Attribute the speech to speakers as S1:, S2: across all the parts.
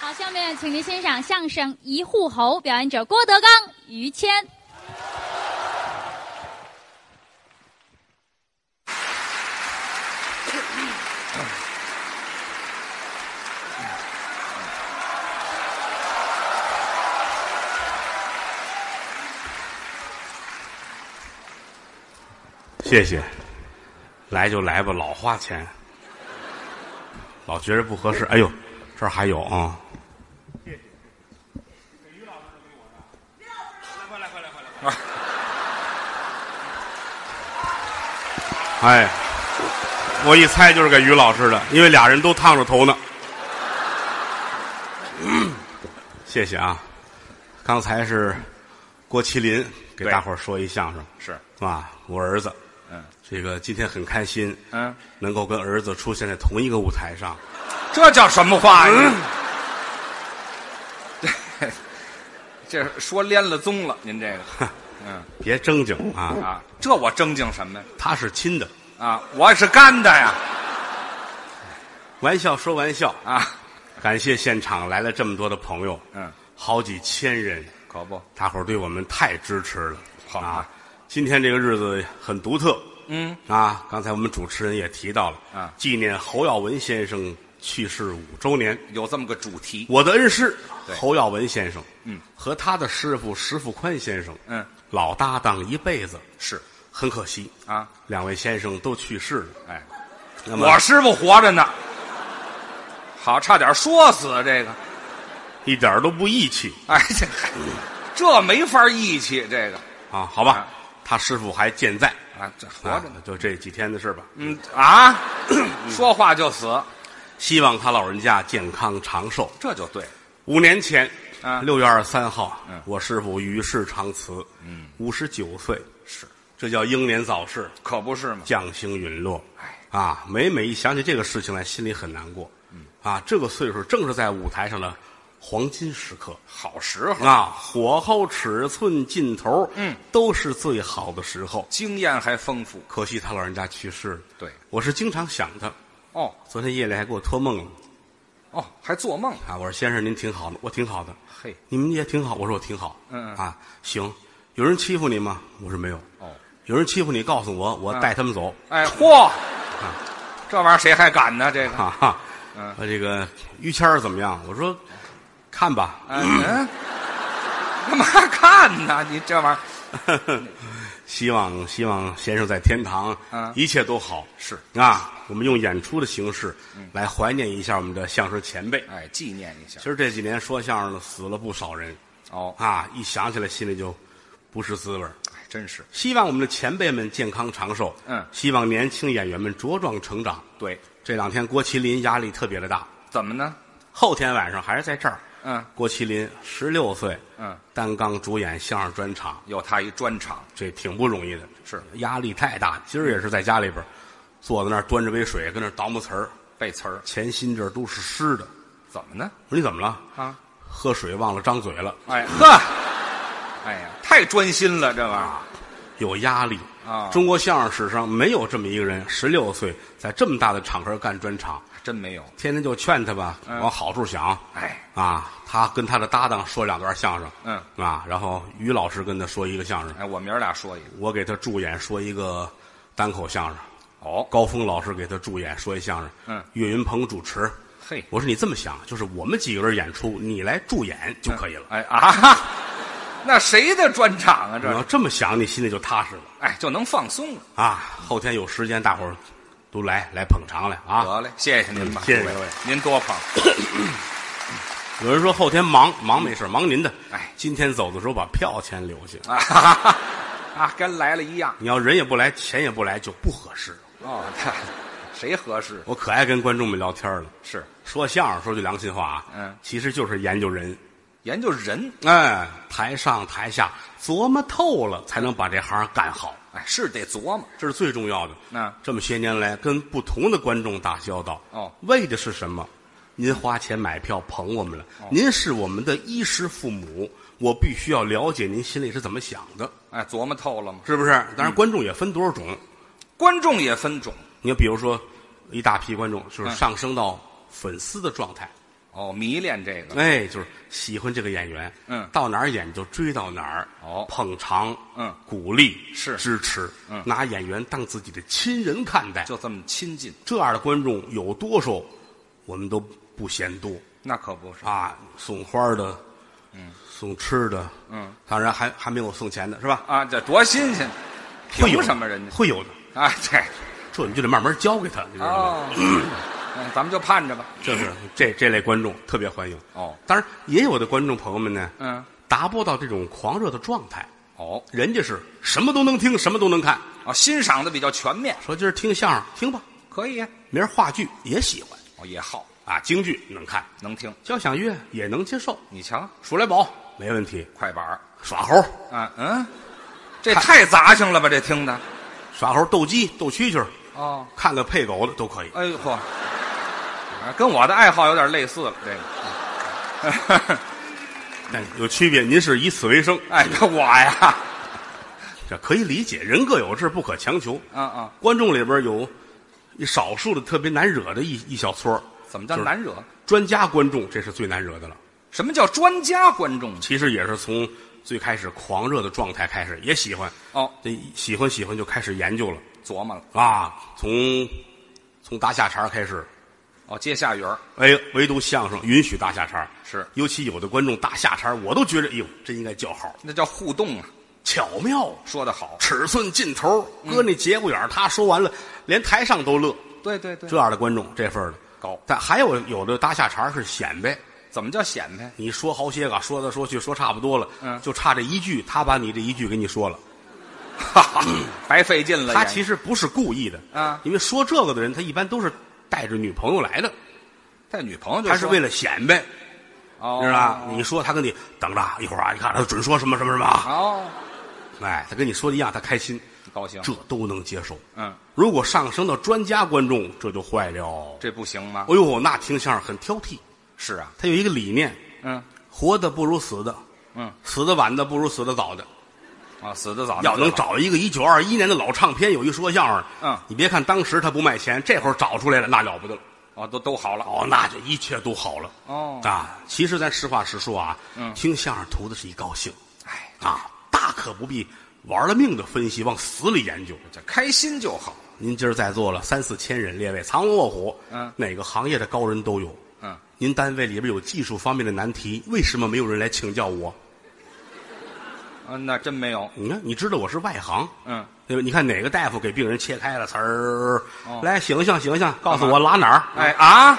S1: 好，下面请您欣赏相声《一户侯》，表演者郭德纲、于谦。
S2: 谢谢，来就来吧，老花钱，老觉着不合适。哎呦，这儿还有啊！谢谢，给于老师给我的。来，快来，快来，快来，快来！哎，我一猜就是给于老师的，因为俩人都烫着头呢。嗯谢谢啊！刚才是郭麒麟给
S3: 对
S2: 大伙儿说一相声，
S3: 是，
S2: 啊，我儿子，
S3: 嗯，
S2: 这个今天很开心，
S3: 嗯，
S2: 能够跟儿子出现在同一个舞台上。
S3: 这叫什么话呀？嗯 这说连了宗了，您这个，嗯
S2: 别正经啊，
S3: 啊，这我正经什么呀？
S2: 他是亲的，
S3: 啊，我是干的呀，
S2: 玩笑说玩笑。
S3: 啊，
S2: 感谢现场来了这么多的朋友，
S3: 嗯，
S2: 好几千人，
S3: 可不，
S2: 大伙儿对我们太支持了。
S3: 好
S2: 啊，今天这个日子很独特
S3: 嗯，
S2: 啊。刚才我们主持人也提到了，
S3: 啊
S2: 纪念侯耀文先生去世五周年。
S3: 有这么个主题，
S2: 我的恩师
S3: 对
S2: 侯耀文先生，
S3: 嗯，
S2: 和他的师傅石富宽先生，
S3: 嗯，
S2: 老搭档一辈子，
S3: 是
S2: 很可惜，
S3: 啊，
S2: 两位先生都去世了。
S3: 哎，
S2: 那么
S3: 我师傅活着呢，好，差点说死啊这个，
S2: 一点儿都不义气
S3: 哎，这这没法义气，这个
S2: 啊，好吧
S3: 啊？
S2: 他师傅还健在，
S3: 啊，这活
S2: 啊
S3: 着呢，，
S2: 就这几天的事吧。
S3: 嗯 啊，说话就死，
S2: 希望他老人家健康长寿。
S3: 这就对了，
S2: 五年前
S3: 啊，
S2: 六月二十三号
S3: 嗯，
S2: 我师傅与世长辞，嗯，五十九岁，是这叫英年早逝，
S3: 可不是吗？
S2: 将星陨落。
S3: 哎
S2: 啊，每每一想起这个事情来，心里很难过。嗯，啊，这个岁数正是在舞台上的黄金时刻。
S3: 好时候，
S2: 啊，火候、尺寸、劲头，
S3: 嗯，
S2: 都是最好的时候。
S3: 经验还丰富。
S2: 可惜他老人家去世了。
S3: 对，
S2: 我是经常想他。
S3: 哦
S2: 昨天夜里还给我托梦了
S3: 哦，还做梦，
S2: 啊，我说先生您挺好的，我挺好的，
S3: 嘿，
S2: 你们也挺好，我说我挺好。
S3: 嗯嗯
S2: 啊，行，有人欺负你吗？我说没有。
S3: 哦，
S2: 有人欺负你，告诉我，我带他们走。
S3: 哎，嚯，
S2: 啊
S3: 这玩意儿谁还敢呢？这个，
S2: 哈哈，
S3: 嗯
S2: 呃这个于谦儿怎么样？我说看吧，
S3: 嗯，干嘛看呢？你这玩意儿
S2: 希望希望先生在天堂，
S3: 嗯
S2: 一切都好。
S3: 是，嗯
S2: 啊，我们用演出的形式来怀念一下我们的相声前辈。
S3: 哎，纪念一下
S2: 其。实这几年说相声的死了不少人
S3: 哦，
S2: 啊，一想起来心里就不是滋味儿。
S3: 哎，真是
S2: 希望我们的前辈们健康长寿，
S3: 嗯
S2: 希望年轻演员们茁壮成长。
S3: 对，
S2: 这两天郭麒麟压力特别的大，
S3: 怎么呢？
S2: 后天晚上还是在这儿。
S3: 嗯
S2: 郭麒麟十六岁，
S3: 嗯，
S2: 单刚主演相声专场，
S3: 有他一专场，
S2: 这挺不容易的，
S3: 是
S2: 压力太大。今儿也是在家里边儿，坐在那儿端着杯水，跟那儿倒磨词儿，
S3: 背词儿，
S2: 前心这儿都是湿的。
S3: 怎么呢？
S2: 我说你怎么了？
S3: 啊，
S2: 喝水忘了张嘴了，
S3: 哎呵，哎呀，太专心了，这玩意儿
S2: 有压力
S3: 啊
S2: 中国相声史上没有这么一个人，十六岁在这么大的场合干专场，
S3: 真没有。
S2: 天天就劝他吧，
S3: 嗯
S2: 往好处想。
S3: 哎，
S2: 啊，他跟他的搭档说两段相声，
S3: 嗯
S2: 啊，然后于老师跟他说一个相声，
S3: 哎，我明儿俩说一个。
S2: 我给他助演说一个单口相声，
S3: 哦，
S2: 高峰老师给他助演说一相声，
S3: 嗯哎
S2: 岳云鹏主持。
S3: 嘿，
S2: 我说你这么想，就是我们几个人演出，你来助演就可以了。
S3: 哎啊，那谁的专场啊？
S2: 你要
S3: 这
S2: 这么想，你心里就踏实了
S3: 哎就能放松了。
S2: 啊！后天有时间，大伙儿都来来捧场来啊！
S3: 得嘞，谢谢您吧，
S2: 谢谢
S3: 诸
S2: 各位，
S3: 您多捧。
S2: 有人说后天忙忙没事，忙您的。
S3: 哎
S2: 今天走的时候把票钱留下，
S3: 啊 哈哈啊，跟来了一样
S2: 你要人也不来，钱也不来，就不合适。
S3: 哦， 看谁合适
S2: 我可爱跟观众们聊天了。
S3: 是
S2: 说相声说句良心话啊，
S3: 嗯
S2: 其实就是研究人，
S3: 研究人，
S2: 哎，台上台下琢磨透了，才能把这行干好，
S3: 哎，是得琢磨
S2: 这是最重要的。
S3: 嗯
S2: 这么些年来跟不同的观众打交道，
S3: 哦
S2: 为的是什么？您花钱买票捧我们了，您是我们的衣食父母，我必须要了解您心里是怎么想的，
S3: 哎，琢磨透了吗？
S2: 是不是？当然，观众也分多少种，
S3: 观众也分种
S2: 你比如说，一大批观众就是
S3: 嗯
S2: 上升到粉丝的状态，
S3: 哦，迷恋这个，
S2: 哎，就是喜欢这个演员，
S3: 嗯
S2: 到哪儿演就追到哪儿，
S3: 哦
S2: 捧场，
S3: 嗯
S2: 鼓励
S3: 是
S2: 支持，
S3: 嗯
S2: 拿演员当自己的亲人看待，
S3: 就这么亲近，
S2: 这样的观众有多少，我们都不嫌多
S3: 那可不是。
S2: 啊，送花的，嗯，送吃的，
S3: 嗯，
S2: 当然还还没有送钱的是吧？
S3: 啊，这多新鲜！
S2: 会有
S3: 凭什么人家
S2: 会有的，
S3: 啊， 对，
S2: 这你就得慢慢教给他，你知道吗？
S3: 哦，嗯咱们就盼着吧。
S2: 这是这这类观众特别欢迎。
S3: 哦，
S2: 当然也有的观众朋友们呢，
S3: 嗯，
S2: 达不到这种狂热的状态，
S3: 哦，
S2: 人家是什么都能听，什么都能看。
S3: 哦，欣赏的比较全面，
S2: 说今儿听相声听吧，
S3: 可以啊。
S2: 明儿话剧也喜欢
S3: 哦，也好，
S2: 啊，京剧能看，
S3: 能听。
S2: 交响乐也能接受，
S3: 你瞧，
S2: 数来宝没问题，
S3: 快板儿
S2: 耍猴
S3: 啊，嗯，这太杂性了吧？这听的。
S2: 耍猴斗鸡斗蛐蛐儿，
S3: 哦，
S2: 看个配狗的都可以。
S3: 哎呦嚯，啊跟我的爱好有点类似了。这个，
S2: 但有区别，您是以此为生，
S3: 哎，我呀，
S2: 这可以理解。人各有志，不可强求。
S3: 啊啊，
S2: 观众里边有一少数的特别难惹的一一小撮儿
S3: 怎么叫
S2: 就是
S3: 难惹？
S2: 专家观众，这是最难惹的了。
S3: 什么叫专家观众？
S2: 其实也是从最开始狂热的状态开始，也喜欢
S3: 哦，
S2: 这喜欢喜欢就开始研究了
S3: 琢磨了。
S2: 啊，从从搭下茬儿开始，
S3: 哦，接下语儿
S2: 哎，唯独相声允许搭下茬儿
S3: 是
S2: 尤其有的观众搭下茬儿我都觉得，哎呦，真应该叫好，
S3: 那叫互动啊，
S2: 巧妙，啊
S3: 说得好。
S2: 尺寸尽头，
S3: 嗯
S2: 搁那节骨眼儿他说完了，连台上都乐，
S3: 对对对
S2: 这，样的观众这份儿的
S3: 高
S2: 但还有有的搭下茬儿是显摆，
S3: 怎么叫显摆？
S2: 你说好些个，说来说去说差不多了，
S3: 嗯
S2: 就差这一句，他把你这一句给你说了。
S3: 哈哈，白费劲了。
S2: 他
S3: 也
S2: 其实不是故意的
S3: 啊
S2: 因为说这个的人，他一般都是带着女朋友来的，
S3: 带女朋友就
S2: 他是为
S3: 了
S2: 了显摆，
S3: 哦，
S2: 是吧？你说他跟你等着啊一会儿啊，你看他准说什么什么什么啊，
S3: 哦，
S2: 哎，他跟你说的一样，他开心，
S3: 高兴
S2: 这都能接受。
S3: 嗯，
S2: 如果上升到专家观众，这就坏了。
S3: 这不行吗？
S2: 哎呦，那听相声很挑剔，
S3: 是啊，
S2: 他有一个理念：
S3: 嗯
S2: 活的不如死的，
S3: 嗯
S2: 死的晚的不如死的早的。
S3: 啊，死的早，
S2: 要能
S3: 死得早
S2: 找一个一九二一年的老唱片，有一说相声，
S3: 嗯
S2: 你别看当时他不卖钱，这会儿找出来了，那了不得了。
S3: 哦，都都好了
S2: 哦，那就一切都好了。
S3: 哦，
S2: 啊，其实咱实话实说啊，
S3: 嗯
S2: 听相声图的是一高兴
S3: 哎，
S2: 啊，大可不必玩了命的分析，往死里研究。
S3: 这开心就好。
S2: 您今儿在座了三四千人，列位藏龙卧虎，
S3: 嗯
S2: 哪个行业的高人都有。
S3: 嗯，
S2: 您单位里边有技术方面的难题，为什么没有人来请教我？
S3: 啊那真没有。
S2: 你看，你知道我是外行，
S3: 嗯，
S2: 对吧？你看哪个大夫给病人切开了，词儿、
S3: 哦
S2: 来醒醒醒醒，告诉我拉哪儿？
S3: 哎啊，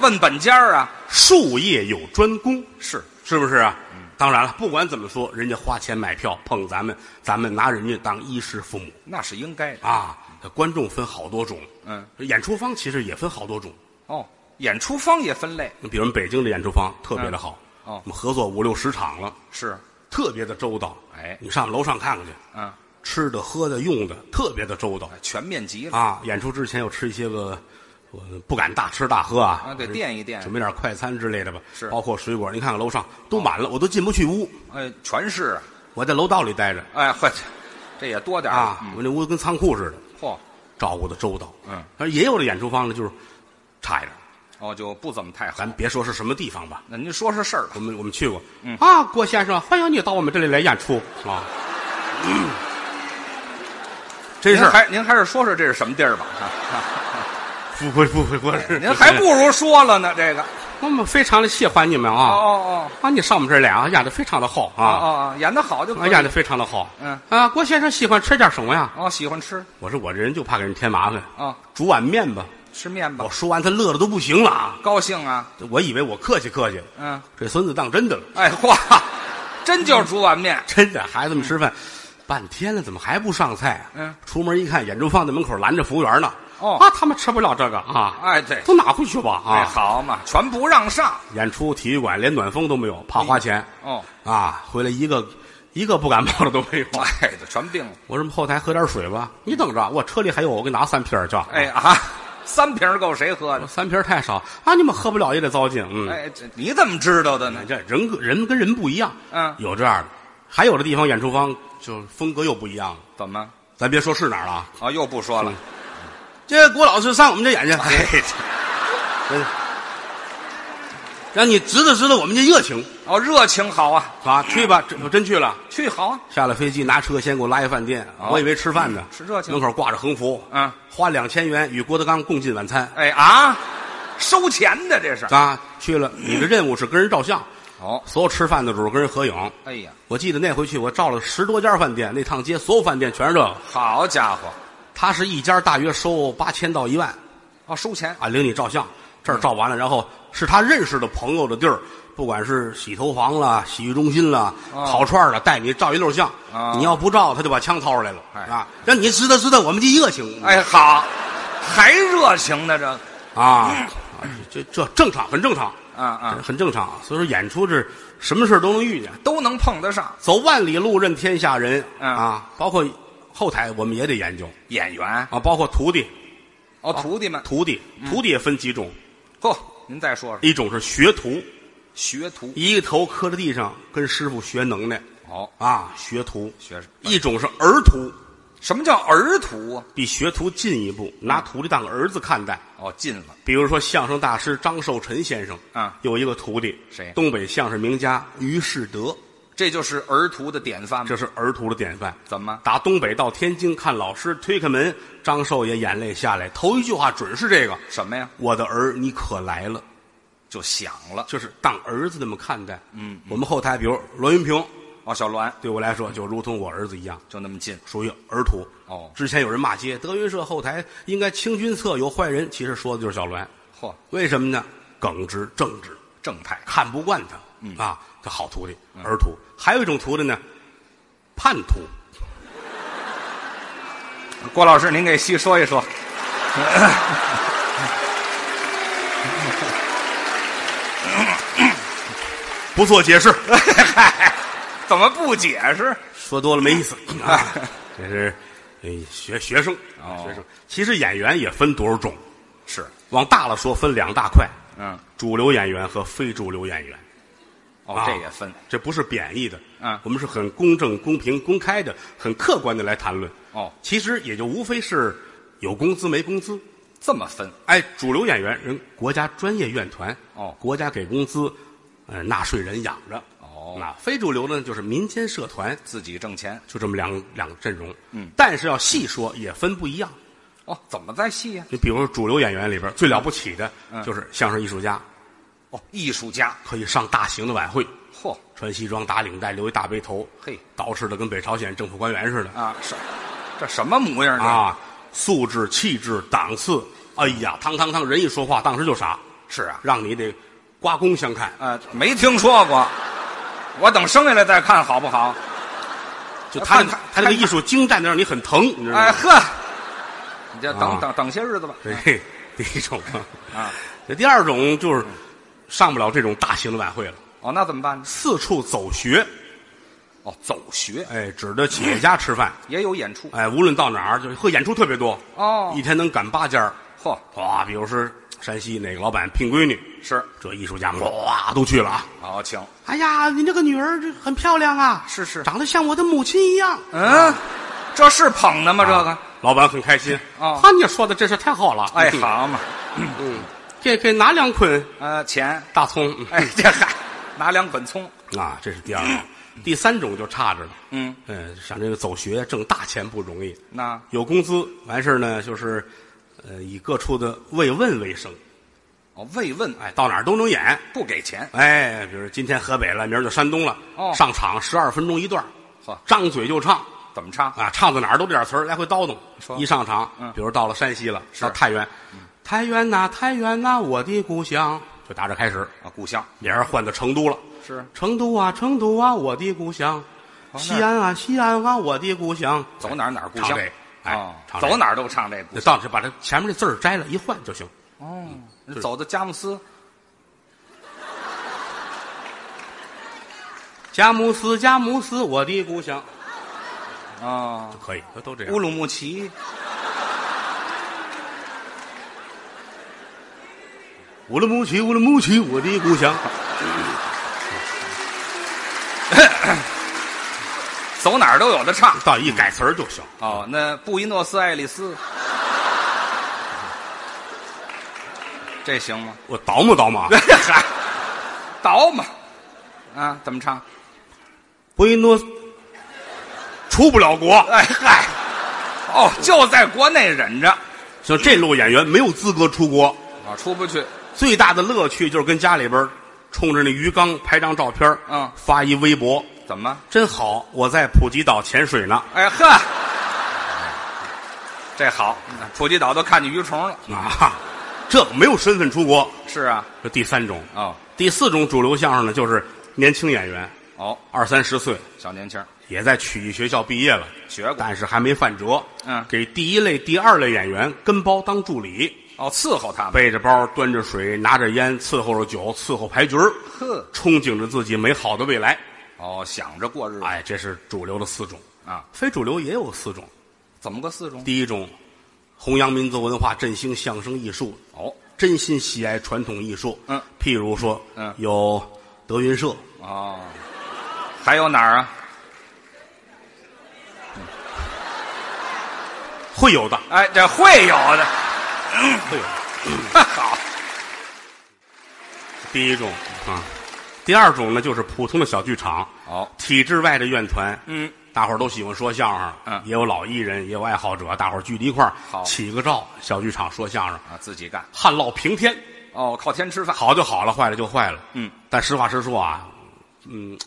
S3: 问本家儿啊，
S2: 术业有专攻，
S3: 是
S2: 是不是啊？
S3: 嗯
S2: 当然了，不管怎么说，人家花钱买票碰咱们，咱们拿人家当衣食父母
S3: 那是应该的。
S2: 啊。观众分好多种，
S3: 嗯，
S2: 演出方其实也分好多种。
S3: 哦，演出方也分类
S2: 你比如我们北京的演出方特别的好，
S3: 嗯哦
S2: 我们合作五六十场了，
S3: 是，
S2: 特别的周到。
S3: 哎
S2: 你上楼上看看去，
S3: 嗯，
S2: 吃的、喝的、用的特别的周到
S3: 全面极了
S2: 啊。演出之前又吃一些个，我不敢大吃大喝啊，
S3: 啊，得垫一垫
S2: 准。备点快餐之类的吧，
S3: 是哦
S2: 包括水果。你看看楼上都满了，我都进不去屋，
S3: 哎，全是啊，
S2: 我在楼道里待着。
S3: 哎，坏，这也多点儿
S2: 啊，
S3: 嗯
S2: 我那屋跟仓库似的，
S3: 嚯，
S2: 照顾的周到。
S3: 嗯，
S2: 而也有的演出方呢，就是差一点儿。
S3: 哦，就不怎么太好
S2: 咱。别说是什么地方吧，
S3: 那您说说事儿吧。
S2: 我们我们去过。
S3: 嗯
S2: 啊，郭先生，欢迎你到我们这里来演出啊。
S3: 嗯
S2: 真是
S3: 您还您还是说说这是什么地儿吧？啊
S2: 不不不不哎不是，
S3: 您还不如说了呢。这个
S2: 我们非常的喜欢你们
S3: 哦
S2: 啊
S3: 哦
S2: 啊！你上我们这儿来啊，演的非常的好啊
S3: 哦哦哦，演的好就可
S2: 啊，
S3: 以
S2: 演的非常的好。
S3: 嗯
S2: 啊，郭先生喜欢吃点什么呀？
S3: 哦，喜欢吃
S2: 我说我这人就怕给人添麻烦，
S3: 啊，
S2: 煮碗面吧。
S3: 吃面吧
S2: 我，说完他乐的都不行了啊！
S3: 高兴啊，
S2: 我以为我客气客气，
S3: 嗯，
S2: 这孙子当真的了。
S3: 哎嚯，真就是煮碗面，
S2: 真的，孩子们吃饭、半天了，怎么还不上菜、啊？
S3: 嗯，
S2: 出门一看，眼珠放在门口拦着服务员呢。
S3: 哦
S2: 啊，他们吃不了这个啊，
S3: 哎对，
S2: 都拿回去吧啊。
S3: 哎好嘛，全不让上
S2: 演出体育馆连暖风都没有，怕花钱、
S3: 哦，
S2: 啊。回来一个一个不感冒的都 没有。
S3: 哎这全病了，
S2: 我说我们后台喝点水吧，你等着，我车里还有，我给你拿三瓶儿去。
S3: 哎，啊，三瓶够谁喝
S2: 我
S3: 的？
S2: 三瓶儿太少啊，你们喝不了也得糟践。嗯，
S3: 哎，这你怎么知道的呢？
S2: 这人跟人跟人不一样，
S3: 嗯
S2: 有这样的，还有的地方演出方就风格又不一样了。
S3: 怎么？
S2: 咱别说是哪儿了啊，
S3: 哦，又不说了
S2: 嗯，
S3: 哎
S2: 这郭老师上我们这演去，
S3: 哎，这
S2: 真的让你知道知道我们这热情
S3: 哦，热情好啊，
S2: 啊！去吧，真我真去了。
S3: 去好啊，
S2: 下了飞机，拿车先给我拉一饭店，
S3: 哦
S2: 我以为吃饭呢，
S3: 吃热情
S2: 门口挂着横幅，
S3: 嗯，
S2: 花两千元与郭德纲共进晚餐
S3: 哎啊，收钱的这是。
S2: 啊！去了，你的任务是跟人照相，
S3: 哦，
S2: 所有吃饭的主跟人合影。
S3: 哎呀，
S2: 我记得那回去，我照了十多家饭店，那趟街所有饭店全是这个。
S3: 好家伙，
S2: 他是一家大约收八千到一万
S3: 哦，收钱
S2: 啊，领你照相，这儿照完了，然后是他认识的朋友的地儿，不管是洗头房啦、洗浴中心啦、
S3: 哦
S2: 烤串儿啦，带你照一溜相
S3: 哦。
S2: 你要不照，他就把枪掏出来了
S3: 哎
S2: 啊，让你知道知道我们的热情。
S3: 哎，好，还热情呢，这个
S2: 啊，啊这这正常，很正常，
S3: 啊啊，
S2: 很正常。所以说演出是什么事儿都能遇见，
S3: 都能碰得上
S2: 走万里路任天下人
S3: 嗯
S2: 啊，包括后台我们也得研究
S3: 演员
S2: 啊，包括徒弟，
S3: 哦，徒弟们，
S2: 徒弟，徒弟也分几种，
S3: 嚯，您再说说
S2: 一种是学徒，
S3: 学徒
S2: 一个头磕在地上跟师傅学能耐
S3: 哦，
S2: 啊，学徒；
S3: 学生
S2: 一种是儿徒，
S3: 什么叫儿徒啊？
S2: 比学徒进一步，拿徒弟当儿子看待。
S3: 哦，进了
S2: 比如说相声大师张寿臣先生
S3: 啊
S2: 有一个徒弟，
S3: 谁
S2: 东北相声名家于士德，
S3: 这就是儿徒的典范吗？
S2: 这是儿徒的典范。
S3: 怎么？
S2: 打东北到天津看老师，推开门，张寿也眼泪下来。头一句话准是这个
S3: 什么呀？：“
S2: 我的儿，你可来了。
S3: 就响”了
S2: 就是当儿子那么看待。嗯，我们后台比如罗云平，
S3: 哦，小栾
S2: 对我来说就如同我儿子一样，
S3: 就那么近
S2: 属于儿徒。
S3: 哦，
S2: 之前有人骂街，德云社后台应该清君侧有坏人，其实说的就是小栾。
S3: 嚯，
S2: 为什么呢？耿直正直，
S3: 正派
S2: 看不惯他。嗯啊，这好徒弟，
S3: 嗯
S2: 儿徒。还有一种徒弟呢，叛徒。
S3: 郭老师，您给细说一说。
S2: 不做解 释，
S3: 嗨，怎么不解释？
S2: 说多了没意 思啊。这是哎学学生啊，
S3: 哦
S2: 学生。其实演员也分多少种，
S3: 是，
S2: 往大了说分两大块，
S3: 嗯，
S2: 主流演员和非主流演员。
S3: 哦
S2: 啊，
S3: 这也分，
S2: 这不是贬义的，
S3: 嗯
S2: 我们是很公正、公平、公开的、很客观的来谈论。
S3: 哦，
S2: 其实也就无非是有工资没工资。
S3: 这么分，
S2: 哎，主流演员人国家专业院团
S3: 哦
S2: 国家给工资，呃，纳税人养着。
S3: 哦
S2: 那非主流呢就是民间社团，
S3: 自己挣钱。
S2: 就这么两两个阵容。嗯，但是要细说也分不一样。
S3: 哦，怎么在戏呀、
S2: 你比如说主流演员里边最了不起的
S3: 嗯
S2: 就是相声艺术家，
S3: 哦，艺术家，
S2: 可以上大型的晚会，
S3: 嚯，
S2: 穿西装打领带，留一大背头，
S3: 嘿，
S2: 捯饬的跟北朝鲜政府官员似的。
S3: 啊，是，这什么模样啊？
S2: 啊，素质、气质、档次，哎呀，堂堂堂人一说话，当时就傻，
S3: 是啊，
S2: 让你得刮目相看。
S3: 呃，没听说过，我等生下来再看好不好？
S2: 就他
S3: 呃看看
S2: 他这个
S3: 看
S2: 艺术精湛的让你很疼，你知道
S3: 哎
S2: 吗？
S3: 呵，你就等、
S2: 啊
S3: 等等些日子吧。
S2: 这这第一种
S3: 啊，
S2: 这第二种就是上不了这种大型的晚会了，
S3: 哦，那怎么办呢？
S2: 四处走学，
S3: 哦，走学
S2: 哎，指着企业家吃饭，
S3: 也有演出。
S2: 哎，无论到哪儿就是会演出特别多，
S3: 哦
S2: 一天能赶八家儿
S3: 嚯，
S2: 哇，比如说山西哪个老板聘闺女，
S3: 是，
S2: 这艺术家们哇都去了啊。
S3: 好，请，
S2: 哎呀，您这个女儿这很漂亮啊，
S3: 是是
S2: 长得像我的母亲一样。
S3: 嗯，这是捧的吗？这个
S2: 啊，老板很开心
S3: 哦
S2: 他你说的这事太好了，
S3: 哎，
S2: 嗯，
S3: 好嘛，
S2: 这给拿两捆
S3: 呃，钱，
S2: 大葱，嗯
S3: 哎，这嗨，拿两捆葱，
S2: 啊，这是第二种， 第三种就差着了，
S3: 嗯，
S2: 嗯，像这个走学挣大钱不容易，
S3: 那
S2: 有工资完事儿呢，就是，呃，以各处的慰问为生，
S3: 哦，慰问，哎，
S2: 哎，到哪儿都能演，
S3: 不给钱，
S2: 哎，比如今天河北了，明儿就山东了，
S3: 哦
S2: 上场十二分钟一段儿，
S3: 嚯
S2: 张嘴就唱，
S3: 怎么唱？
S2: 啊，唱到哪儿都这点词儿，来回叨叨
S3: 说。
S2: 一上场，
S3: 嗯
S2: 比如到了山西了，
S3: 是嗯
S2: 到太原，太原呐、太原呐、我的故乡，就打这开始。
S3: 啊，故乡哦
S2: 俩人换到成都了，
S3: 是
S2: 成都啊，成都啊，我的故乡；西安啊，西安啊，我的故乡。
S3: 走哪儿哪儿故
S2: 唱
S3: 乡
S2: 这个，
S3: 哦
S2: 哎，唱这个
S3: 走哪儿都唱这故
S2: 就嗯
S3: 乡。
S2: 到这把这前面这字儿摘了一换就行。
S3: 哦，走到佳木斯，
S2: 佳木斯，佳木斯，我的故乡，
S3: 啊，
S2: 可以，都都这
S3: 乌
S2: 样。
S3: 鲁木齐，
S2: 乌鲁木齐，乌鲁木齐，我的故乡。
S3: 走哪儿都有的唱。
S2: 到一改词儿就行。
S3: 哦，那布宜诺斯艾 利斯，这行吗？
S2: 我倒磨倒磨啊，
S3: 嗨，倒嘛，啊，怎么唱？
S2: 布宜诺斯出不了国，
S3: 哎嗨，哦，就在国内忍着，
S2: 像这路演员没有资格出国。
S3: 啊，出不去，
S2: 最大的乐趣就是跟家里边儿冲着那鱼缸拍张照片儿
S3: 嗯
S2: 发一微博，
S3: 怎么？
S2: 真好，我在普吉岛潜水呢
S3: 哎呵，这好，普吉岛都看见鱼虫了。
S2: 啊！哈这个没有身份出国，
S3: 是啊，
S2: 这第三种。
S3: 哦
S2: 第四种主流相声呢，就是年轻演员，
S3: 哦，
S2: 二三十岁，
S3: 小年轻儿
S2: 也在曲艺学校毕业了，
S3: 学过
S2: 但是还没犯辙。
S3: 嗯
S2: 给第一类、第二类演员跟包当助理，
S3: 哦，伺候他们。
S2: 背着包，端着水，拿着烟，伺候着酒，伺候牌局儿，
S3: 呵，
S2: 憧憬着自己美好的未来。
S3: 哦，想着过日子
S2: 哎，这是主流的四种，
S3: 啊？
S2: 非主流也有四种。
S3: 怎么个四种？
S2: 第一种，弘扬民族文化，振兴相声艺术，
S3: 哦
S2: 真心喜爱传统艺术。
S3: 嗯，
S2: 譬如说，
S3: 嗯
S2: 有德云社，
S3: 哦，还有哪儿啊？
S2: 会有的，
S3: 哎，这会有的。
S2: 会有的。
S3: 嗯好，
S2: 第一种啊，第二种呢，就是普通的小剧场，
S3: 哦
S2: 体制外的院团，
S3: 嗯，
S2: 大伙儿都喜欢说相声，
S3: 嗯
S2: 也有老艺人，也有爱好者，大伙儿聚在一块儿，
S3: 好
S2: 起个照，小剧场说相声，
S3: 啊，自己干。
S2: 旱涝平天，
S3: 哦，靠天吃饭。
S2: 好就好了，坏了就坏了，
S3: 嗯，
S2: 但实话实说啊，嗯，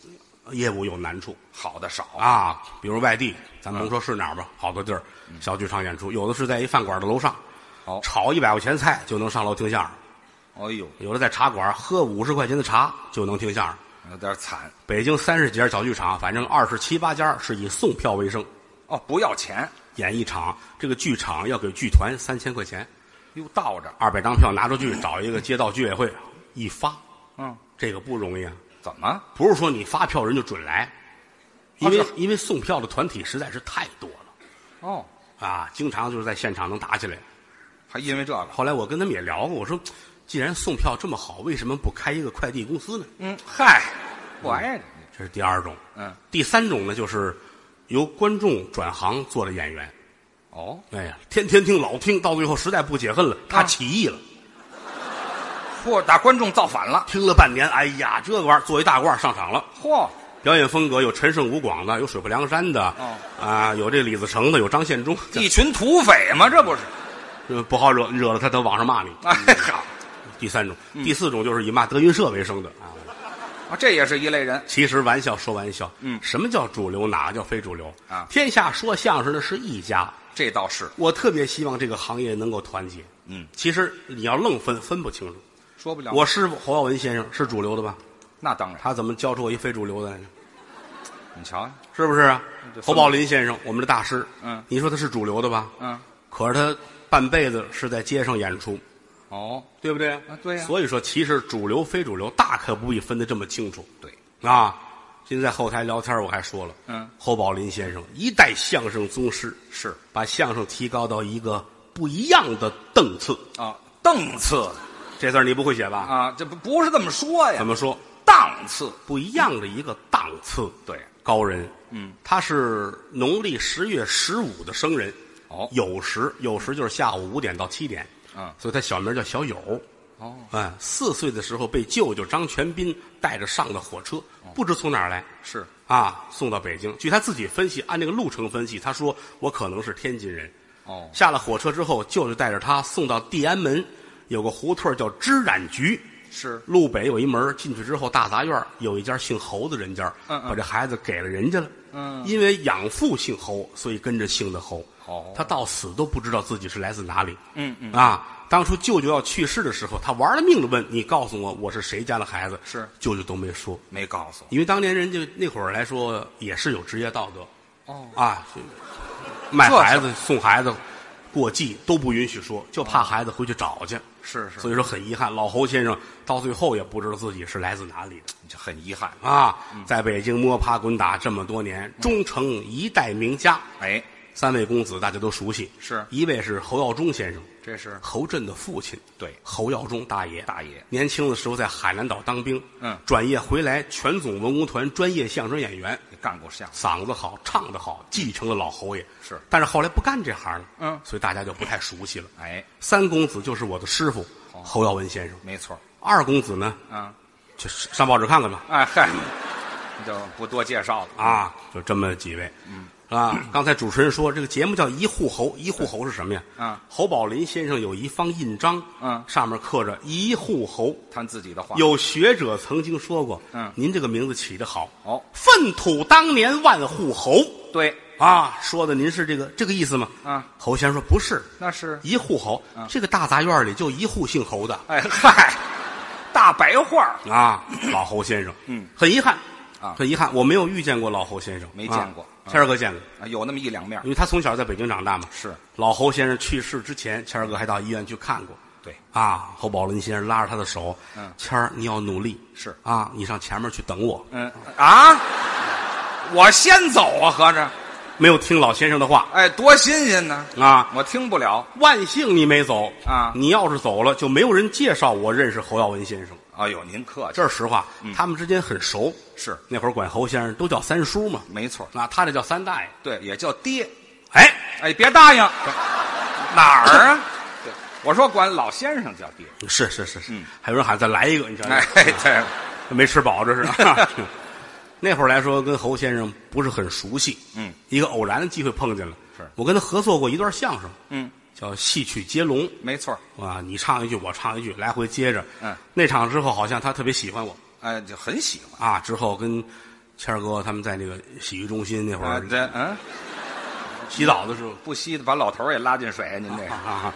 S2: 业务有难处
S3: 好的少。
S2: 啊，比如外地，咱甭说是哪儿吧，好多地儿小剧场演出，有的是在一饭馆的楼上，
S3: 哦
S2: 炒一百块钱菜就能上楼听相声，
S3: 哎呦，
S2: 有的在茶馆喝五十块钱的茶就能听相声。
S3: 有点惨。
S2: 北京三十几家小剧场，反正二十七八家是以送票为生。
S3: 哦，不要钱，
S2: 演一场，这个剧场要给剧团三千块钱，
S3: 又倒着。
S2: 二百张票拿出去，找一个街道居委会一发，
S3: 嗯，
S2: 这个不容易啊！
S3: 怎么？
S2: 不是说你发票人就准来，因为、
S3: 哦
S2: 因为送票的团体实在是太多了
S3: 哦，
S2: 啊，经常就是在现场能打起来。
S3: 还因为这个？
S2: 后来我跟他们也聊过，我说，既然送票这么好，为什么不开一个快递公司呢？
S3: 嗯，嗨，不挨着你。
S2: 这是第二种。
S3: 嗯，
S2: 第三种呢，就是由观众转行做的演员。
S3: 哦，
S2: 哎呀，天天听老听，到最后实在不解恨了，他起义了。
S3: 嚯，打观众造反了。
S2: 听了半年，哎呀，这个玩意儿做一大褂儿上场了。
S3: 嚯，
S2: 表演风格有陈胜吴广的，有水泊梁山的，啊、
S3: 哦
S2: 有这李自成的，有张献忠的
S3: 一群土匪嘛，这不是？
S2: 呃不好惹，惹了他，他网上骂你。
S3: 哎好，
S2: 第三种、
S3: 嗯
S2: 第四种就是以骂德云社为生的啊。
S3: 啊这也是一类人。
S2: 其实玩笑说玩笑，
S3: 嗯
S2: 什么叫主流，哪个叫非主流
S3: 啊
S2: 天下说相声的是一家，
S3: 这倒是，
S2: 我特别希望这个行业能够团结。
S3: 嗯，
S2: 其实你要愣分，分不清楚。
S3: 说不了。
S2: 我师傅侯耀文先生是主流的吧？
S3: 那当然，
S2: 他怎么教出我一非主流的来呢？
S3: 你瞧，
S2: 是不是啊
S3: 嗯这？分
S2: 侯宝林先生，我们的大师，
S3: 嗯
S2: 你说他是主流的吧？
S3: 嗯，
S2: 可是他半辈子是在街上演出，
S3: 哦，
S2: 对不对？
S3: 啊对呀
S2: 所以说，其实主流非主流大可不必分得这么清楚
S3: 对，
S2: 啊。今天在后台聊天，我还说了，
S3: 嗯，
S2: 侯宝林先生一代相声宗师，
S3: 是
S2: 把相声提高到一个不一样的档次。
S3: 啊，档次
S2: 这字儿你不会写吧？
S3: 啊，这不不是这么说呀
S2: 怎，么说？
S3: 档次，
S2: 不一样的一个档次。
S3: 对，
S2: 高人，
S3: 嗯，
S2: 他是农历十月十五的生人，
S3: 哦
S2: 有时有时就是下午五点到七点，
S3: 嗯
S2: 所以他小名叫小友，
S3: 哦，
S2: 嗯，四岁的时候被舅舅张全斌带着上的火车，不知从哪儿来，
S3: 是
S2: 啊，送到北京。据他自己分析，按这个路程分析，他说我可能是天津人。
S3: 哦，
S2: 下了火车之后，舅舅带着他送到地安门，有个胡同儿叫织染局，
S3: 是
S2: 路北有一门儿，进去之后大杂院儿有一家姓侯的人家儿，
S3: 嗯嗯
S2: 把这孩子给了人家了。
S3: 嗯
S2: 因为养父姓侯，所以跟着姓的侯。
S3: 哦
S2: 他到死都不知道自己是来自哪里。
S3: 嗯嗯
S2: 啊，当初舅舅要去世的时候，他玩了命的问：“你告诉我，我是谁家的孩子？”
S3: 是
S2: 舅舅都没说，
S3: 没告诉
S2: 因为当年人家那会儿来说也是有职业道德
S3: 我，哦，
S2: 啊，就卖
S3: 这
S2: 孩子、送孩子、过继都不允许说，就
S3: 哦
S2: 怕孩子回去找去。
S3: 是是，
S2: 所以说很遗憾，老侯先生到最后也不知道自己是来自哪里的
S3: 这很遗憾，
S2: 啊，
S3: 嗯
S2: 在北京摸爬滚打这么多年，终成一代名家。
S3: 哎，
S2: 三位公子大家都熟悉，
S3: 是
S2: 一位是侯耀中先生，
S3: 这是
S2: 侯震的父亲，
S3: 对
S2: 侯耀中大爷。
S3: 大爷
S2: 年轻的时候在海南岛当兵，
S3: 嗯
S2: 转业回来，全总文工团专业相声演员，
S3: 也干过相声，
S2: 嗓子好，唱得好，继承了老侯爷。
S3: 是
S2: 但是后来不干这行了，
S3: 嗯
S2: 所以大家就不太熟悉了。
S3: 哎，哦
S2: 三公子就是我的师傅侯耀文先生。
S3: 没错，
S2: 二公子呢，
S3: 啊，
S2: 去上报纸看看吧。
S3: 哎嗨， 就不多介绍了。
S2: 啊，就这么几位。嗯，啊，刚才主持人说这个节目叫《一户侯》，一户侯是什么呀？
S3: 嗯
S2: 侯宝林先生有一方印章，
S3: 嗯
S2: 上面刻着“一户侯
S3: 谈自己的话”。，
S2: 有学者曾经说过，
S3: 嗯
S2: 您这个名字起得好，
S3: 哦，
S2: 粪土当年万户侯
S3: 对，
S2: 啊，说的您是这个这个意思吗？
S3: 啊，
S2: 侯先生说不是，
S3: 那是，
S2: 一户侯，
S3: 嗯
S2: 这个大杂院里就一户姓侯的
S3: 哎嗨，大白话儿
S2: 啊，老侯先生，嗯，很遗憾
S3: 啊
S2: 很遗憾，我没有遇见过老侯先生，
S3: 没见过
S2: 啊谦儿哥见过。
S3: 啊有那么一两面儿
S2: 因。为他从小在北京长大嘛。
S3: 是，
S2: 老侯先生去世之前，谦儿哥还到医院去看过。
S3: 对，
S2: 啊，侯宝林先生拉着他的手，
S3: 嗯
S2: 谦儿，你要努力，
S3: 是
S2: 啊，你上前面去等我。
S3: 嗯啊，我先走啊，合着，
S2: 没有听老先生的话
S3: 哎，多新鲜呢！
S2: 啊，
S3: 我听不了
S2: 万幸你没走
S3: 啊
S2: 你要是走了，就没有人介绍我认识侯耀文先生。
S3: 哎呦，您客气，
S2: 这是实话，
S3: 嗯
S2: 他们之间很熟。
S3: 是
S2: 那会儿管侯先生都叫三叔嘛，
S3: 没错儿，
S2: 那他这叫三大爷。
S3: 对，也叫爹。
S2: 哎，
S3: 哎，别答应，哪儿啊？对我说管老先生叫爹。
S2: 是是是是，还有人喊再来一个，你瞧瞧
S3: 嗯哎，，对，
S2: 没吃饱， 这是。 那会儿来说，跟侯先生不是很熟悉，
S3: 嗯，
S2: 一个偶然的机会碰见了，
S3: 是
S2: 我跟他合作过一段相声，
S3: 嗯，
S2: 叫《戏曲接龙》
S3: 没错儿。
S2: 啊，你唱一句，我唱一句，来回接着，
S3: 嗯，
S2: 那场之后好像他特别喜欢我
S3: 哎，就很喜欢。
S2: 啊，之后跟谦儿哥他们在那个洗浴中心那会
S3: 啊，
S2: 儿
S3: 这嗯，
S2: 洗澡的时候
S3: 不惜把老头儿也拉进水，您 这个
S2: 啊，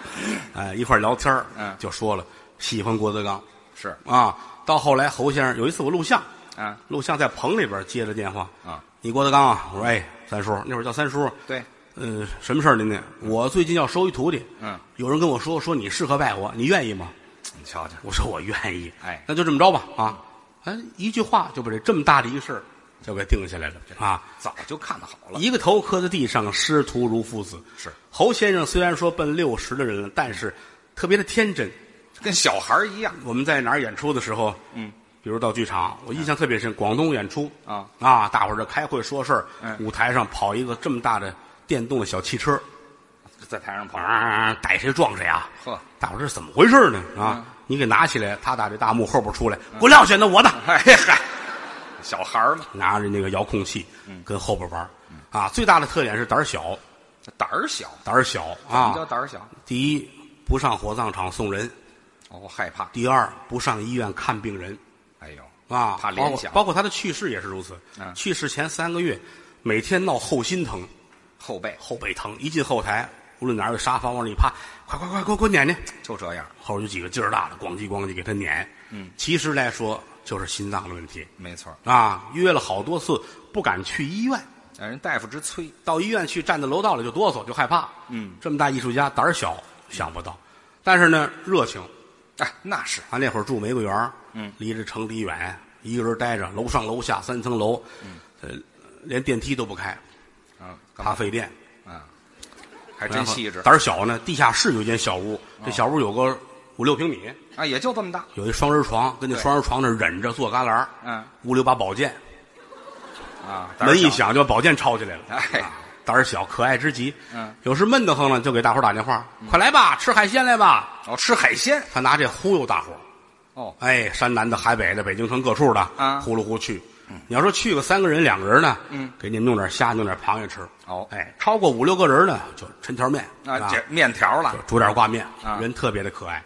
S2: 哎一块儿聊天儿
S3: 嗯
S2: 就说了喜欢郭德纲
S3: 是
S2: 啊，到后来侯先生有一次我录像，
S3: 啊
S2: 录像在棚里边接着电话
S3: 啊，
S2: 你郭德纲啊，我说哎，三叔，那会儿叫三叔，
S3: 对，
S2: 呃，什么事儿您呢？我最近要收一徒弟，
S3: 嗯，
S2: 有人跟我说说你适合拜我，你愿意吗？
S3: 你瞧瞧，
S2: 我说我愿意，
S3: 哎嗯
S2: 那就这么着吧啊，哎，一句话就把这这么大的一个事儿就给定下来了啊。
S3: 早就看好了。
S2: 一个头磕在地上，师徒如父子。
S3: 是
S2: 侯先生虽然说奔六十的人了，但是特别的天真。
S3: 跟小孩儿一样。
S2: 我们在哪儿演出的时候，
S3: 嗯，
S2: 比如到剧场，我印象特别深，广东演出
S3: 啊
S2: 啊，大伙儿这开会说事儿，
S3: 嗯
S2: 舞台上跑一个这么大的电动的小汽车，
S3: 嗯在台上跑，
S2: 啊，逮谁撞谁啊！
S3: 呵，
S2: 大伙儿这是怎么回事呢？
S3: 嗯
S2: 啊，你给拿起来，他打这大幕后边出来，给我撂下，那我的，
S3: 哎嗨，小孩儿嘛，
S2: 拿着那个遥控器
S3: 嗯
S2: 跟后边玩儿啊。最大的特点是胆儿小，
S3: 胆儿小，
S2: 胆儿小
S3: 什么叫
S2: 啊。
S3: 胆儿小？
S2: 第一，不上火葬场送人；
S3: 哦，害怕，
S2: 第二，不上医院看病人
S3: 哎呦，
S2: 啊。
S3: 怕
S2: 包
S3: 联
S2: 括
S3: 想，
S2: 包括他的去世也是如此。
S3: 嗯
S2: 去世前三个月，每天闹后心疼、
S3: 后背
S2: 后背疼，一进后台，无论哪儿有沙发往里趴，快快快，给我给我撵撵。
S3: 就这样，
S2: 后边有几个劲儿大的，咣叽咣叽给他撵。嗯，其实来说就是心脏的问题
S3: 没错儿。
S2: 啊，约了好多次不敢去医院，
S3: 让哎人大夫直催，
S2: 到医院去站在楼道里就哆嗦，就害怕。
S3: 嗯，
S2: 这么大艺术家胆儿小，想不到，但是呢热情。
S3: 哎，那是
S2: 他那会儿住玫瑰园，嗯，离着城里远，一个人待着，楼上楼下三层楼，嗯，呃，连电梯都不开，
S3: 啊，
S2: 怕
S3: 干嘛？
S2: 费电，
S3: 还真细致哦
S2: 然后胆儿小呢，地下室有一间小屋，这小屋有个五六平米，
S3: 啊，也就这么大，
S2: 有一双人床，跟那
S3: 对
S2: 双人床那儿忍着坐旮旯儿
S3: 嗯，
S2: 屋里有把宝剑，
S3: 啊，胆儿
S2: 门一
S3: 小，
S2: 响就把宝剑抄起来了，
S3: 哎
S2: 啊胆儿小，可爱之极，
S3: 嗯，
S2: 有时闷得慌了就给大伙儿打电话，快来吧，吃海鲜来吧，
S3: 哦，吃海鲜，
S2: 他拿这忽悠大伙儿，
S3: 哦，
S2: 哎，山南的、海北的、北京城各处的，
S3: 啊
S2: 呼噜呼去。你要说去个三个人、两个人呢，
S3: 嗯，
S2: 给你弄点虾、弄点螃蟹吃，
S3: 哦
S2: 哎，超过五六个人呢，就抻条面
S3: 啊
S2: 是，吧
S3: 这面条了
S2: 就，煮点挂面，
S3: 啊
S2: 人特别的可爱。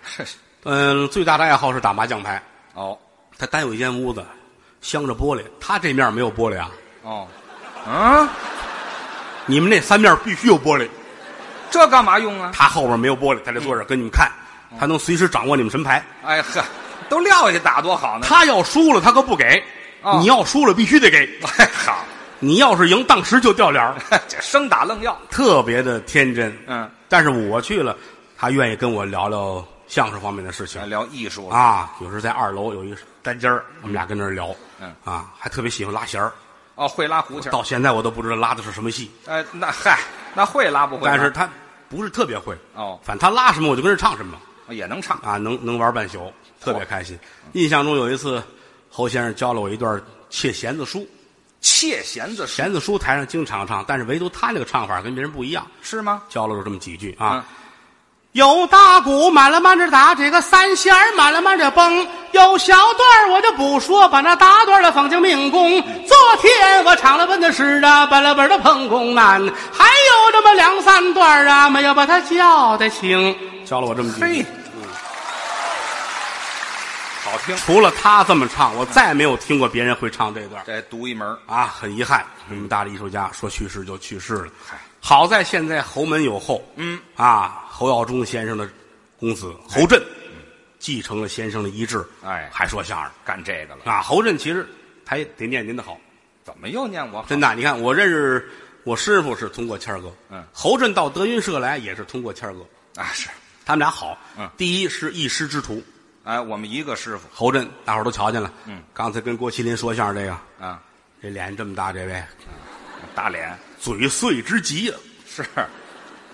S2: 嗯，最大的爱好是打麻将牌，
S3: 哦，
S2: 他单有一间屋子，镶着玻璃，他这面没有玻璃啊，
S3: 哦，嗯，
S2: 你们那三面必须有玻璃，
S3: 这干嘛用啊？
S2: 他后边没有玻璃，他就
S3: 嗯
S2: 坐这儿跟你们看，他能随时掌握你们什么牌。
S3: 哎呵，都撂下打多好呢。
S2: 他要输了，他可不给
S3: 哦；
S2: 你要输了，必须得给。
S3: 哎好，
S2: 你要是赢，当时就掉脸儿，
S3: 这生打愣要，
S2: 特别的天真。
S3: 嗯，
S2: 但是我去了，他愿意跟我聊聊相声方面的事情
S3: 咱聊艺术了
S2: 啊。有时在二楼有一个单间儿，我们俩跟那儿聊，
S3: 嗯
S2: 啊，还特别喜欢拉弦儿。
S3: 哦，会拉胡琴儿，
S2: 到现在我都不知道拉的是什么戏，
S3: 哎，那嗨，那会拉不会拉？
S2: 但是他不是特别会，
S3: 哦，
S2: 反正他拉什么我就跟着唱什么
S3: 也能唱
S2: 啊，能能玩半宿，特别开心。
S3: 嗯
S2: 印象中有一次，侯先生教了我一段切弦子书，
S3: 切弦子是
S2: 弦子书台上经常唱，但是唯独他那个唱法跟别人不一样，
S3: 是吗？
S2: 教了我这么几句啊。
S3: 嗯
S2: 有大鼓满了满着打，这个三弦儿满了满着蹦。有小段儿我就不说，把那大段儿的放进命宫。
S3: 嗯
S2: 昨天我唱了本的是啊，本了本的碰宫难，还有这么两三段儿啊，没有把它叫得清。教了我这么
S3: 嘿
S2: 句，，
S3: 好听，
S2: 除了他这么唱，我再没有听过别人会唱这段儿
S3: 这独一门儿
S2: 啊，很遗憾，这么大的艺术家说去世就去世了
S3: 嗨。
S2: 好在现在侯门有后，
S3: 嗯
S2: 啊，侯耀中先生的公子侯震继承了先生的遗志，
S3: 嗯哎
S2: 还说相声
S3: 干这个了，
S2: 啊。侯震其实他也得念您的好，
S3: 怎么又念我好？
S2: 真的，你看我认识我师傅是通过谦儿哥，
S3: 嗯
S2: 侯震到德云社来也是通过谦儿哥，
S3: 啊是，
S2: 他们俩好，
S3: 嗯
S2: 第一是一师之徒，
S3: 哎，我们一个师傅
S2: 侯震大伙儿都瞧见了，嗯，刚才跟郭麒麟说相声这个，
S3: 啊，
S2: 这脸这么大，这位
S3: 打脸
S2: 嘴碎之极啊呀、
S3: 是，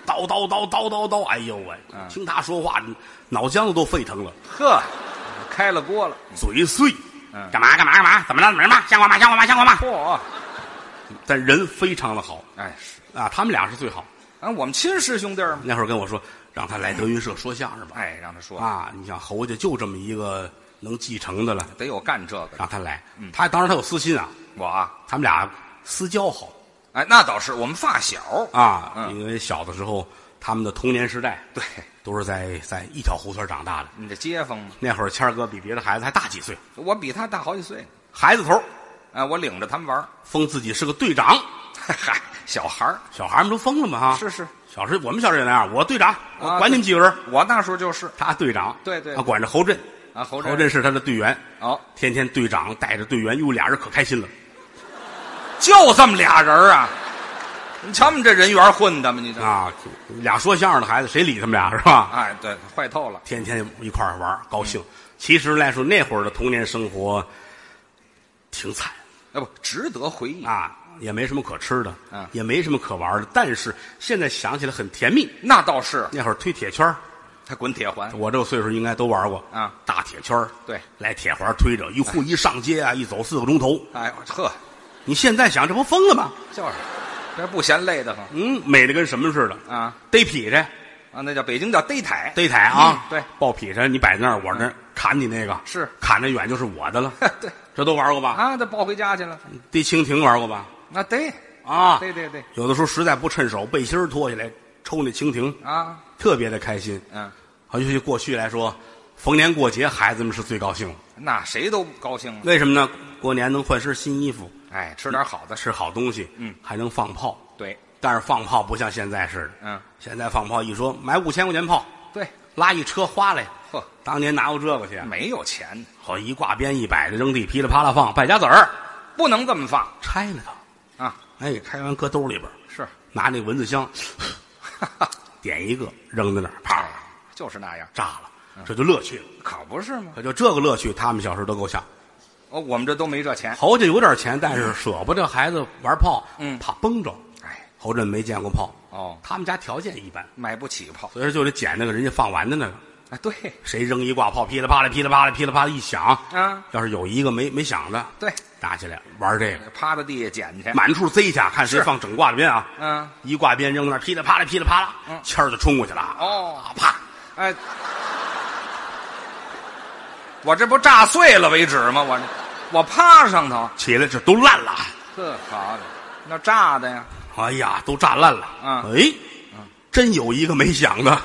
S2: 叨叨叨叨叨叨，哎呦喂！
S3: 嗯
S2: 听他说话，脑浆子都沸腾了，
S3: 呵，开了锅了，
S2: 嘴碎。
S3: 嗯
S2: 干嘛干嘛干嘛？怎么着怎么着嘛？像话吗？像话吗？像话吗？
S3: 嚯，
S2: 但人非常的好
S3: 哎是，
S2: 啊，他们俩是最好。
S3: 啊我们亲师兄弟儿嘛，
S2: 那会儿跟我说，让他来德云社说相声吧。
S3: 哎让他说，
S2: 啊，你想侯家就这么一个能继承的了，
S3: 得有干这个的，
S2: 让他来。
S3: 嗯
S2: 他当时他有私心啊，
S3: 我啊，
S2: 他们俩私交好
S3: 哎那倒是，我们发小
S2: 啊，
S3: 嗯
S2: 因为小的时候他们的童年时代
S3: 对，
S2: 都是在在一条胡同长大的。
S3: 你这街坊嘛，
S2: 那会儿谦儿哥比别的孩子还大几岁，
S3: 我比他大好几岁，
S2: 孩子头儿
S3: 哎，我领着他们玩儿，
S2: 封自己是个队长，
S3: 嗨，小孩儿啊
S2: 小孩们都疯了嘛哈！
S3: 是是，
S2: 小时候我们小时候也那样，我队长，我管你们几个人，
S3: 我那时候就是
S2: 他队长，
S3: 对对
S2: 他管着侯震，
S3: 啊，侯
S2: 侯
S3: 震，
S2: 震是他的队员，
S3: 哦，
S2: 天天队长带着队员，哟，俩人可开心了，
S3: 就这么俩人儿啊，你瞧我们这人缘混的嘛，你这，
S2: 啊，俩说相声的孩子谁理他们俩是吧？
S3: 哎，对，坏透了，
S2: 天天一块儿玩儿，高兴。其实来说，那会儿的童年生活挺惨
S3: 哎要不值得回忆，
S2: 啊，也没什么可吃的，
S3: 嗯
S2: 也没什么可玩的，但是现在想起来很甜蜜。
S3: 那倒是，
S2: 那会儿推铁圈儿
S3: 他滚铁环，
S2: 我这个岁数应该都玩过
S3: 啊，
S2: 大铁圈儿
S3: 对
S2: 来铁环推着，一户一上街啊，一走四个钟头。
S3: 哎，我呵，
S2: 你现在想，这不疯了吗？
S3: 就是，这不嫌累得很
S2: 嗯，美的跟什么似的，
S3: 啊
S2: 逮劈柴，
S3: 啊，那叫北京叫逮台，
S2: 逮台啊，
S3: 嗯对，嗯
S2: 抱劈柴，你摆那儿，我那儿砍你那个，
S3: 是。
S2: 砍得远就是我的了
S3: 对，
S2: 这都玩过吧？
S3: 啊，他抱回家去了，
S2: 逮蜻蜓玩过吧？
S3: 那逮，
S2: 啊，
S3: 对对对，
S2: 有的时候实在不趁手，背心儿脱下来抽那蜻蜓，
S3: 啊，
S2: 特别的开心。
S3: 嗯，
S2: 尤其过去来说，逢年过节孩子们是最高兴的，
S3: 那谁都高兴了，
S2: 为什么呢？过年能换身新衣服，
S3: 哎，吃点好的，
S2: 吃好东西，
S3: 嗯，
S2: 还能放炮。
S3: 对，
S2: 但是放炮不像现在似的，
S3: 嗯，
S2: 现在放炮一说买五千块钱炮，
S3: 对，
S2: 拉一车花来，
S3: 呵，
S2: 当年哪有这个去啊？
S3: 没有钱，
S2: 好一挂鞭一摆的扔地，噼里啪啦放，败家子儿
S3: 不能这么放
S2: 拆了它，
S3: 啊，
S2: 哎，拆完搁兜里边儿，
S3: 是，
S2: 拿那蚊子香
S3: 哈哈，
S2: 点一个扔在那儿，啪
S3: 哎，就是那样，
S2: 炸了，
S3: 嗯
S2: 这就乐趣了。
S3: 可不是吗？
S2: 可就这个乐趣，他们小时候都够呛。
S3: 哦，我们这都没这钱，
S2: 侯家有点钱，但是舍不得孩子玩炮，
S3: 嗯
S2: 怕崩着。
S3: 哎，
S2: 侯震没见过炮，
S3: 哦，
S2: 他们家条件一般，
S3: 买不起炮，
S2: 所以说就得捡那个人家放完的那个。
S3: 啊，对，
S2: 谁扔一挂炮，噼里啪啦、噼里啪啦、噼里啪啦一响，
S3: 啊，
S2: 要是有一个没没响的，
S3: 对，
S2: 打起来玩这个，
S3: 趴在地下捡去，
S2: 满处贼去，看谁
S3: 是
S2: 放整挂的鞭啊！
S3: 嗯，
S2: 一挂鞭扔那儿，噼里啪啦、噼里啪啦
S3: 嗯，
S2: 签儿就冲过去了啊，
S3: 哦，
S2: 啪！
S3: 哎，我这不炸碎了为止吗？我这我趴上头，
S2: 起来这都烂了，
S3: 呵，好的，那炸的呀，
S2: 哎呀，都炸烂了。
S3: 嗯
S2: 哎，真有一个没响的，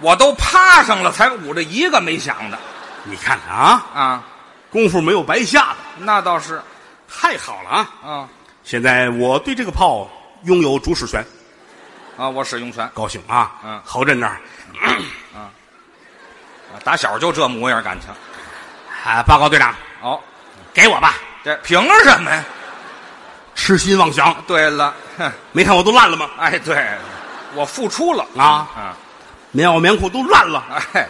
S3: 我都趴上了，才捂着一个没响的
S2: 你看看啊，
S3: 啊，
S2: 功夫没有白下的，
S3: 那倒是
S2: 太好了啊！
S3: 啊
S2: 现在我对这个炮拥有主使权，
S3: 啊，我使用权，
S2: 高兴啊！
S3: 嗯
S2: 侯震那儿
S3: 啊打小就这模样，感情
S2: 啊，报告队长，
S3: 哦，
S2: 给我吧，
S3: 这凭什么呀？
S2: 痴心妄想，
S3: 对了，哼，
S2: 没看我都烂了吗？
S3: 哎，对，我付出了
S2: 啊，
S3: 啊，
S2: 棉袄棉裤都烂了，
S3: 哎，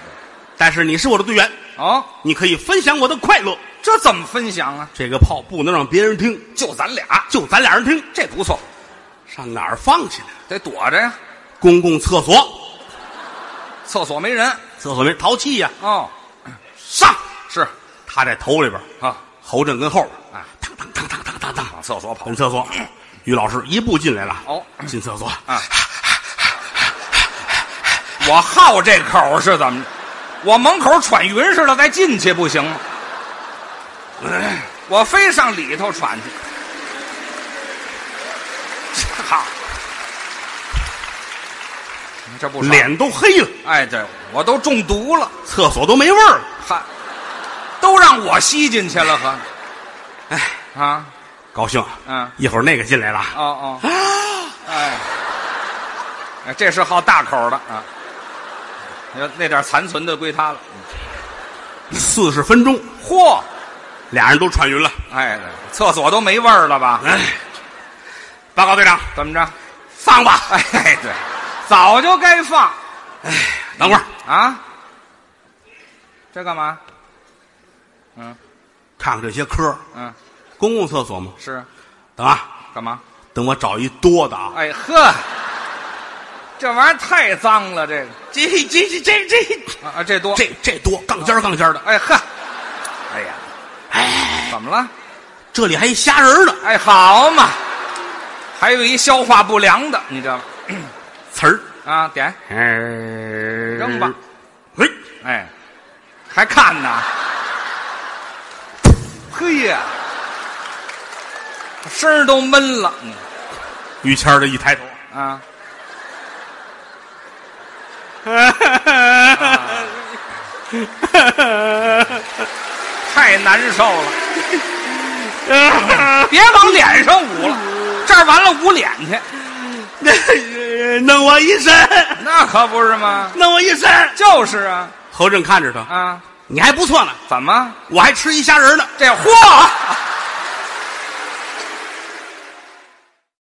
S2: 但是你是我的队员，
S3: 哦，
S2: 你可以分享我的快乐。
S3: 这怎么分享啊？
S2: 这个炮不能让别人听，
S3: 就咱俩，
S2: 就咱俩人听，
S3: 这不错，
S2: 上哪儿放去呢？
S3: 得躲着呀，
S2: 公共厕所，
S3: 厕所没人
S2: 厕所没人淘气呀、
S3: 哦，
S2: 上！
S3: 是
S2: 他在头里边，
S3: 啊，
S2: 侯震跟后边，
S3: 啊，
S2: 当当当当当当当，
S3: 往厕所跑
S2: 奔厕所。于老师一步进来了，
S3: 哦
S2: 进厕所，
S3: 啊，我好这口是怎么着？我门口喘匀似的，再进去不行吗？哎我非上里头喘去。好，你这不少
S2: 脸都黑了，
S3: 哎，对我都中毒了，
S2: 厕所都没味儿了，
S3: 还都让我吸进去了，呵，哎啊，
S2: 高兴。
S3: 嗯，
S2: 一会儿那个进来了，
S3: 哦哦，哎，哎这是好大口的啊，那那点残存的归他了。
S2: 四十分钟，
S3: 嚯，
S2: 俩人都喘匀了。
S3: 哎，厕所都没味儿了吧？
S2: 哎，报告队长，
S3: 怎么着？
S2: 放吧。
S3: 哎，对，早就该放
S2: 等会儿
S3: 啊。这干嘛？
S2: 看看这些科儿，
S3: 嗯，
S2: 公共厕所嘛。
S3: 是
S2: 等啊，
S3: 干嘛？
S2: 等我找一多的啊。
S3: 哎呵，这玩意儿太脏了，这个
S2: 这这这这这
S3: 啊啊，这多
S2: 这这多，杠尖儿杠尖儿的。
S3: 哎呵，哎呀，哎怎么了？
S2: 这里还一虾仁儿呢，
S3: 哎，好嘛，还有一消化不良的，你知道吗？
S2: 词儿。
S3: 啊，点，
S2: 哎扔
S3: 扔吧。
S2: 嘿，
S3: 哎，还看呢？嘿呀，声儿都闷了，嗯
S2: 于谦儿这一抬 头，
S3: 啊，
S2: 哎
S3: 太难受了，别往脸上捂了，这儿完了捂脸去，
S2: 弄我一身，
S3: 那可不是吗？
S2: 弄我一身。
S3: 就是啊，
S2: 何震看着他，
S3: 啊，
S2: 你还不错呢，
S3: 怎么
S2: 我还吃一虾仁儿呢。
S3: 这嚯？啊